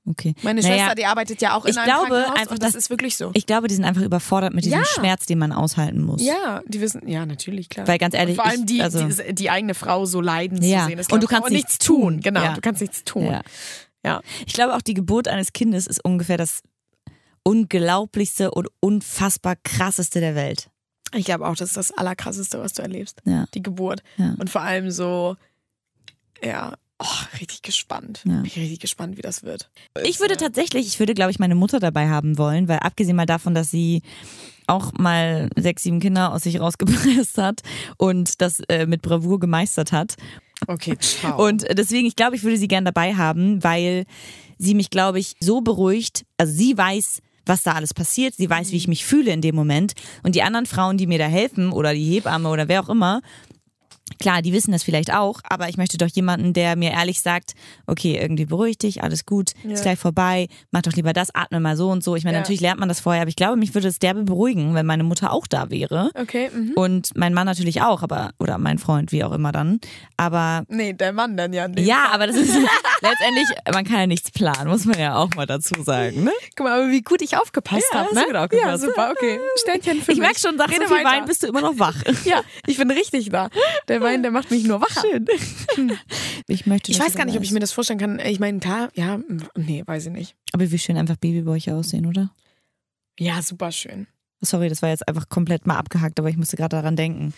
Okay. Meine Naja, Schwester, die arbeitet ja auch in ich einem glaube Krankenhaus einfach, und das dass- ist wirklich so. Ich glaube, die sind einfach überfordert mit diesem Ja. Schmerz, den man aushalten muss. Ja, die wissen, ja, natürlich, klar. Weil ganz ehrlich, Vor allem die, ich, also, die, die eigene Frau so leiden Ja. zu sehen. das Und du glaub ich kannst auch. nichts tun. Genau, Ja. du kannst nichts tun. ja. Ja. ich glaube auch, die Geburt eines Kindes ist ungefähr das unglaublichste und unfassbar krasseste der Welt. Ich glaube auch, das ist das Allerkrasseste, was du erlebst. Ja. Die Geburt. Ja. Und vor allem so, ja, oh, richtig gespannt. Ja. Bin ich richtig gespannt, wie das wird. Ich würde tatsächlich, ich würde, glaube ich, meine Mutter dabei haben wollen, weil abgesehen mal davon, dass sie auch mal sechs, sieben Kinder aus sich rausgepresst hat und das äh, mit Bravour gemeistert hat. Okay, ciao. Und deswegen, ich glaube, ich würde sie gern dabei haben, weil sie mich, glaube ich, so beruhigt. Also sie weiß, was da alles passiert. Sie weiß, wie Mhm. ich mich fühle in dem Moment. Und die anderen Frauen, die mir da helfen oder die Hebamme oder wer auch immer, klar, die wissen das vielleicht auch. Aber ich möchte doch jemanden, der mir ehrlich sagt, okay, irgendwie beruhig dich, alles gut, Ja. ist gleich vorbei, mach doch lieber das, atme mal so und so. Ich meine, Ja. natürlich lernt man das vorher, aber ich glaube, mich würde es derbe beruhigen, wenn meine Mutter auch da wäre. okay, mhm. Und mein Mann natürlich auch, aber, oder mein Freund, wie auch immer dann. Aber Nee, der Mann dann ja. Nee. ja, aber das ist letztendlich, man kann ja nichts planen, muss man ja auch mal dazu sagen. Ne? Guck mal, aber wie gut ich aufgepasst Ja, habe, hast ne? du gut aufgepasst. Ja, super, okay. Sternchen für Ich mich. merk schon, nach so Rede viel weiter. Wein bist du immer noch wach. Ja, ich bin richtig da. Der Wein, der macht mich nur wacher. Schön. Hm. Ich möchte. Ich dass weiß du gar nicht, ob ich weißt. mir das vorstellen kann. Ich meine, klar, ja, mm, nee, weiß ich nicht. Aber wie schön einfach Babybäuche aussehen, oder? Ja, super schön. Sorry, das war jetzt einfach komplett mal abgehackt, aber ich musste gerade daran denken.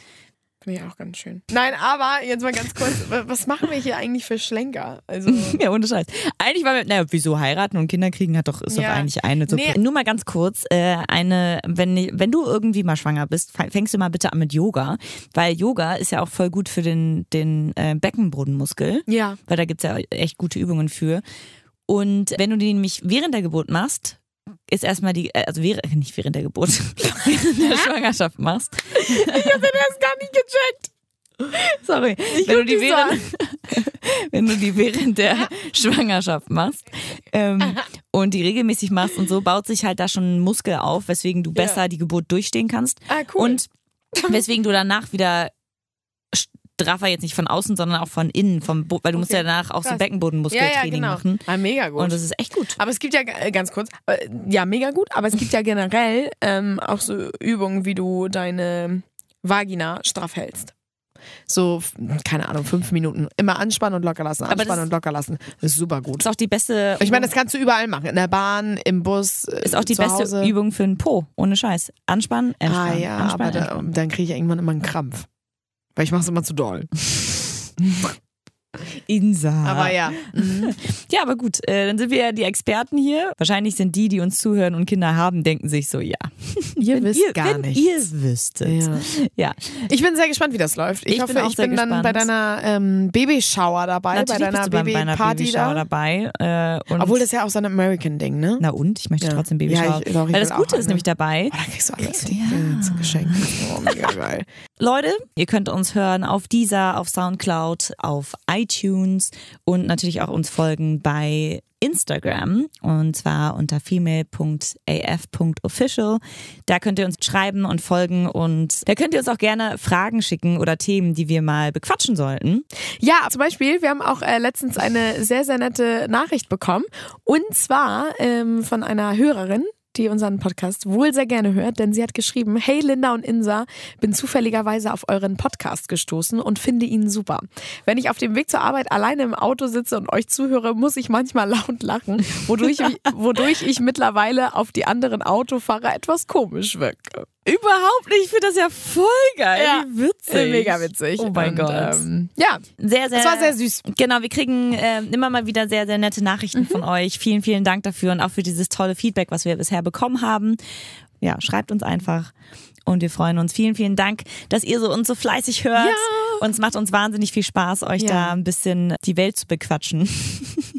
Finde ich auch ganz schön. Nein, aber jetzt mal ganz kurz, wa- was machen wir hier eigentlich für Schlenker? Also, Ja, ohne Scheiß. Eigentlich war mir, naja, wieso heiraten und Kinder kriegen hat doch, ist Ja. doch eigentlich eine. So Nee. Nur mal ganz kurz, äh, eine, wenn, wenn du irgendwie mal schwanger bist, fa- fängst du mal bitte an mit Yoga, weil Yoga ist ja auch voll gut für den, den äh, Beckenbodenmuskel. ja. weil da gibt's ja echt gute Übungen für. Und wenn du die nämlich während der Geburt machst, ist erstmal die, äh, also während, nicht während der Geburt, während der Schwangerschaft machst. Das ist gar nicht gecheckt. Sorry. Wenn du, die dich so während, wenn du die während der Schwangerschaft machst ähm, und die regelmäßig machst und so, baut sich halt da schon ein Muskel auf, weswegen du besser die Geburt durchstehen kannst. Ah, cool. Und weswegen du danach wieder straffer jetzt nicht von außen, sondern auch von innen, vom Bo weil du musst Okay. ja danach auch so Krass. Beckenbodenmuskeltraining machen. Ah, mega gut. Und das ist echt gut. aber es gibt ja äh, ganz kurz, äh, ja, mega gut, aber es gibt ja generell ähm, auch so Übungen, wie du deine Vagina straff hältst. So, f- keine Ahnung, fünf Minuten. Immer anspannen und locker lassen, Aber das- anspannen und locker lassen. Das ist super gut. Ist auch die beste. Ich meine, das kannst du überall machen. In der Bahn, im Bus. äh, ist auch die zu beste Hause. Übung für einen Po, ohne Scheiß. Anspannen, Ah entspannen. ja, anspannen, aber da, entspannen. dann kriege ich irgendwann immer einen Krampf. Weil ich mache es immer zu doll. Insa. Aber ja. Ja, aber gut, äh, dann sind wir ja die Experten hier. Wahrscheinlich sind die, die uns zuhören und Kinder haben, denken sich so, ja. Ihr Wenn wisst ihr, gar wenn nichts. ihr wüsstet. Ja. Ja. Ich bin sehr gespannt, wie das läuft. Ich, Ich hoffe, bin auch ich sehr bin dann bei gespannt. deiner ähm, Babyshower dabei, Natürlich bei bist deiner du beim, bei einer Babyparty Babyshower da. dabei. Äh, und Obwohl das ist ja auch so ein American-Ding, ne? na und, ich möchte Ja. trotzdem Ja, ich- Babyshower. doch, ich Weil das will Gute auch ist eine. nämlich dabei, Oh, da kriegst du alles. Ja. Zu Geschenk. Oh, mega geil. Leute, ihr könnt uns hören auf dieser, auf Soundcloud, auf iTunes und natürlich auch uns folgen bei Instagram und zwar unter female.af.official. Da könnt ihr uns schreiben und folgen und da könnt ihr uns auch gerne Fragen schicken oder Themen, die wir mal bequatschen sollten. Ja, zum Beispiel, wir haben auch äh, letztens eine sehr, sehr nette Nachricht bekommen. Und zwar ähm, von einer Hörerin, die unseren Podcast wohl sehr gerne hört, denn sie hat geschrieben, hey Linda und Insa, bin zufälligerweise auf euren Podcast gestoßen und finde ihn super. Wenn ich auf dem Weg zur Arbeit alleine im Auto sitze und euch zuhöre, muss ich manchmal laut lachen, wodurch, wodurch ich mittlerweile auf die anderen Autofahrer etwas komisch wirke. Überhaupt nicht. Ich finde das ja voll geil. Ja. Äh, Wie witzig. Mega witzig. Oh mein und, Gott. Ähm, ja, sehr, sehr. es war sehr süß. Mhm. Genau, wir kriegen ähm, immer mal wieder sehr, sehr nette Nachrichten von euch. Vielen, vielen Dank dafür und auch für dieses tolle Feedback, was wir bisher bekommen haben. Ja, schreibt uns einfach und wir freuen uns. Vielen, vielen Dank, dass ihr so uns so fleißig hört. Und es macht uns wahnsinnig viel Spaß, euch Ja. da ein bisschen die Welt zu bequatschen.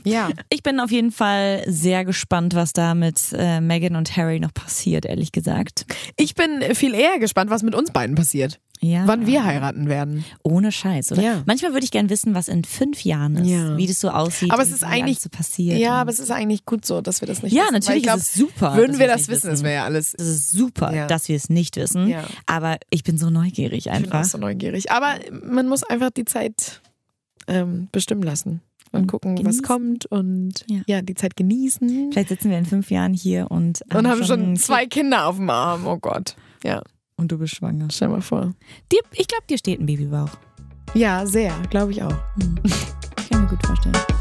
Ja. Ich bin auf jeden Fall sehr gespannt, was da mit äh, Megan und Harry noch passiert, ehrlich gesagt. Ich bin viel eher gespannt, was mit uns beiden passiert. Ja. Wann wir heiraten werden. Ohne Scheiß, oder? Ja. Manchmal würde ich gern wissen, was in fünf Jahren ist, Ja. wie das so aussieht. Aber es und ist wie eigentlich- alles so passiert. Ja, Und- aber es ist eigentlich gut so, dass wir das nicht Ja, wissen. weil natürlich ich glaub, ist es super, Würden dass wir wir es das nicht wissen, das wissen. wäre ja alles. das ist super, Ja. dass wir es nicht wissen. Ja. Aber ich bin so neugierig Ich bin auch einfach. so neugierig. Aber man muss einfach die Zeit ähm, bestimmen lassen und Und gucken, was genießen. kommt und ja. Ja. die Zeit genießen. Vielleicht sitzen wir in fünf Jahren hier und, und haben ein schon Kind zwei Kinder auf dem Arm. Oh Gott. Ja, Und du bist schwanger. stell mal vor. Dir, ich glaube, dir steht ein Babybauch. Ja, sehr, glaube ich auch. Hm. Ich kann mir gut vorstellen.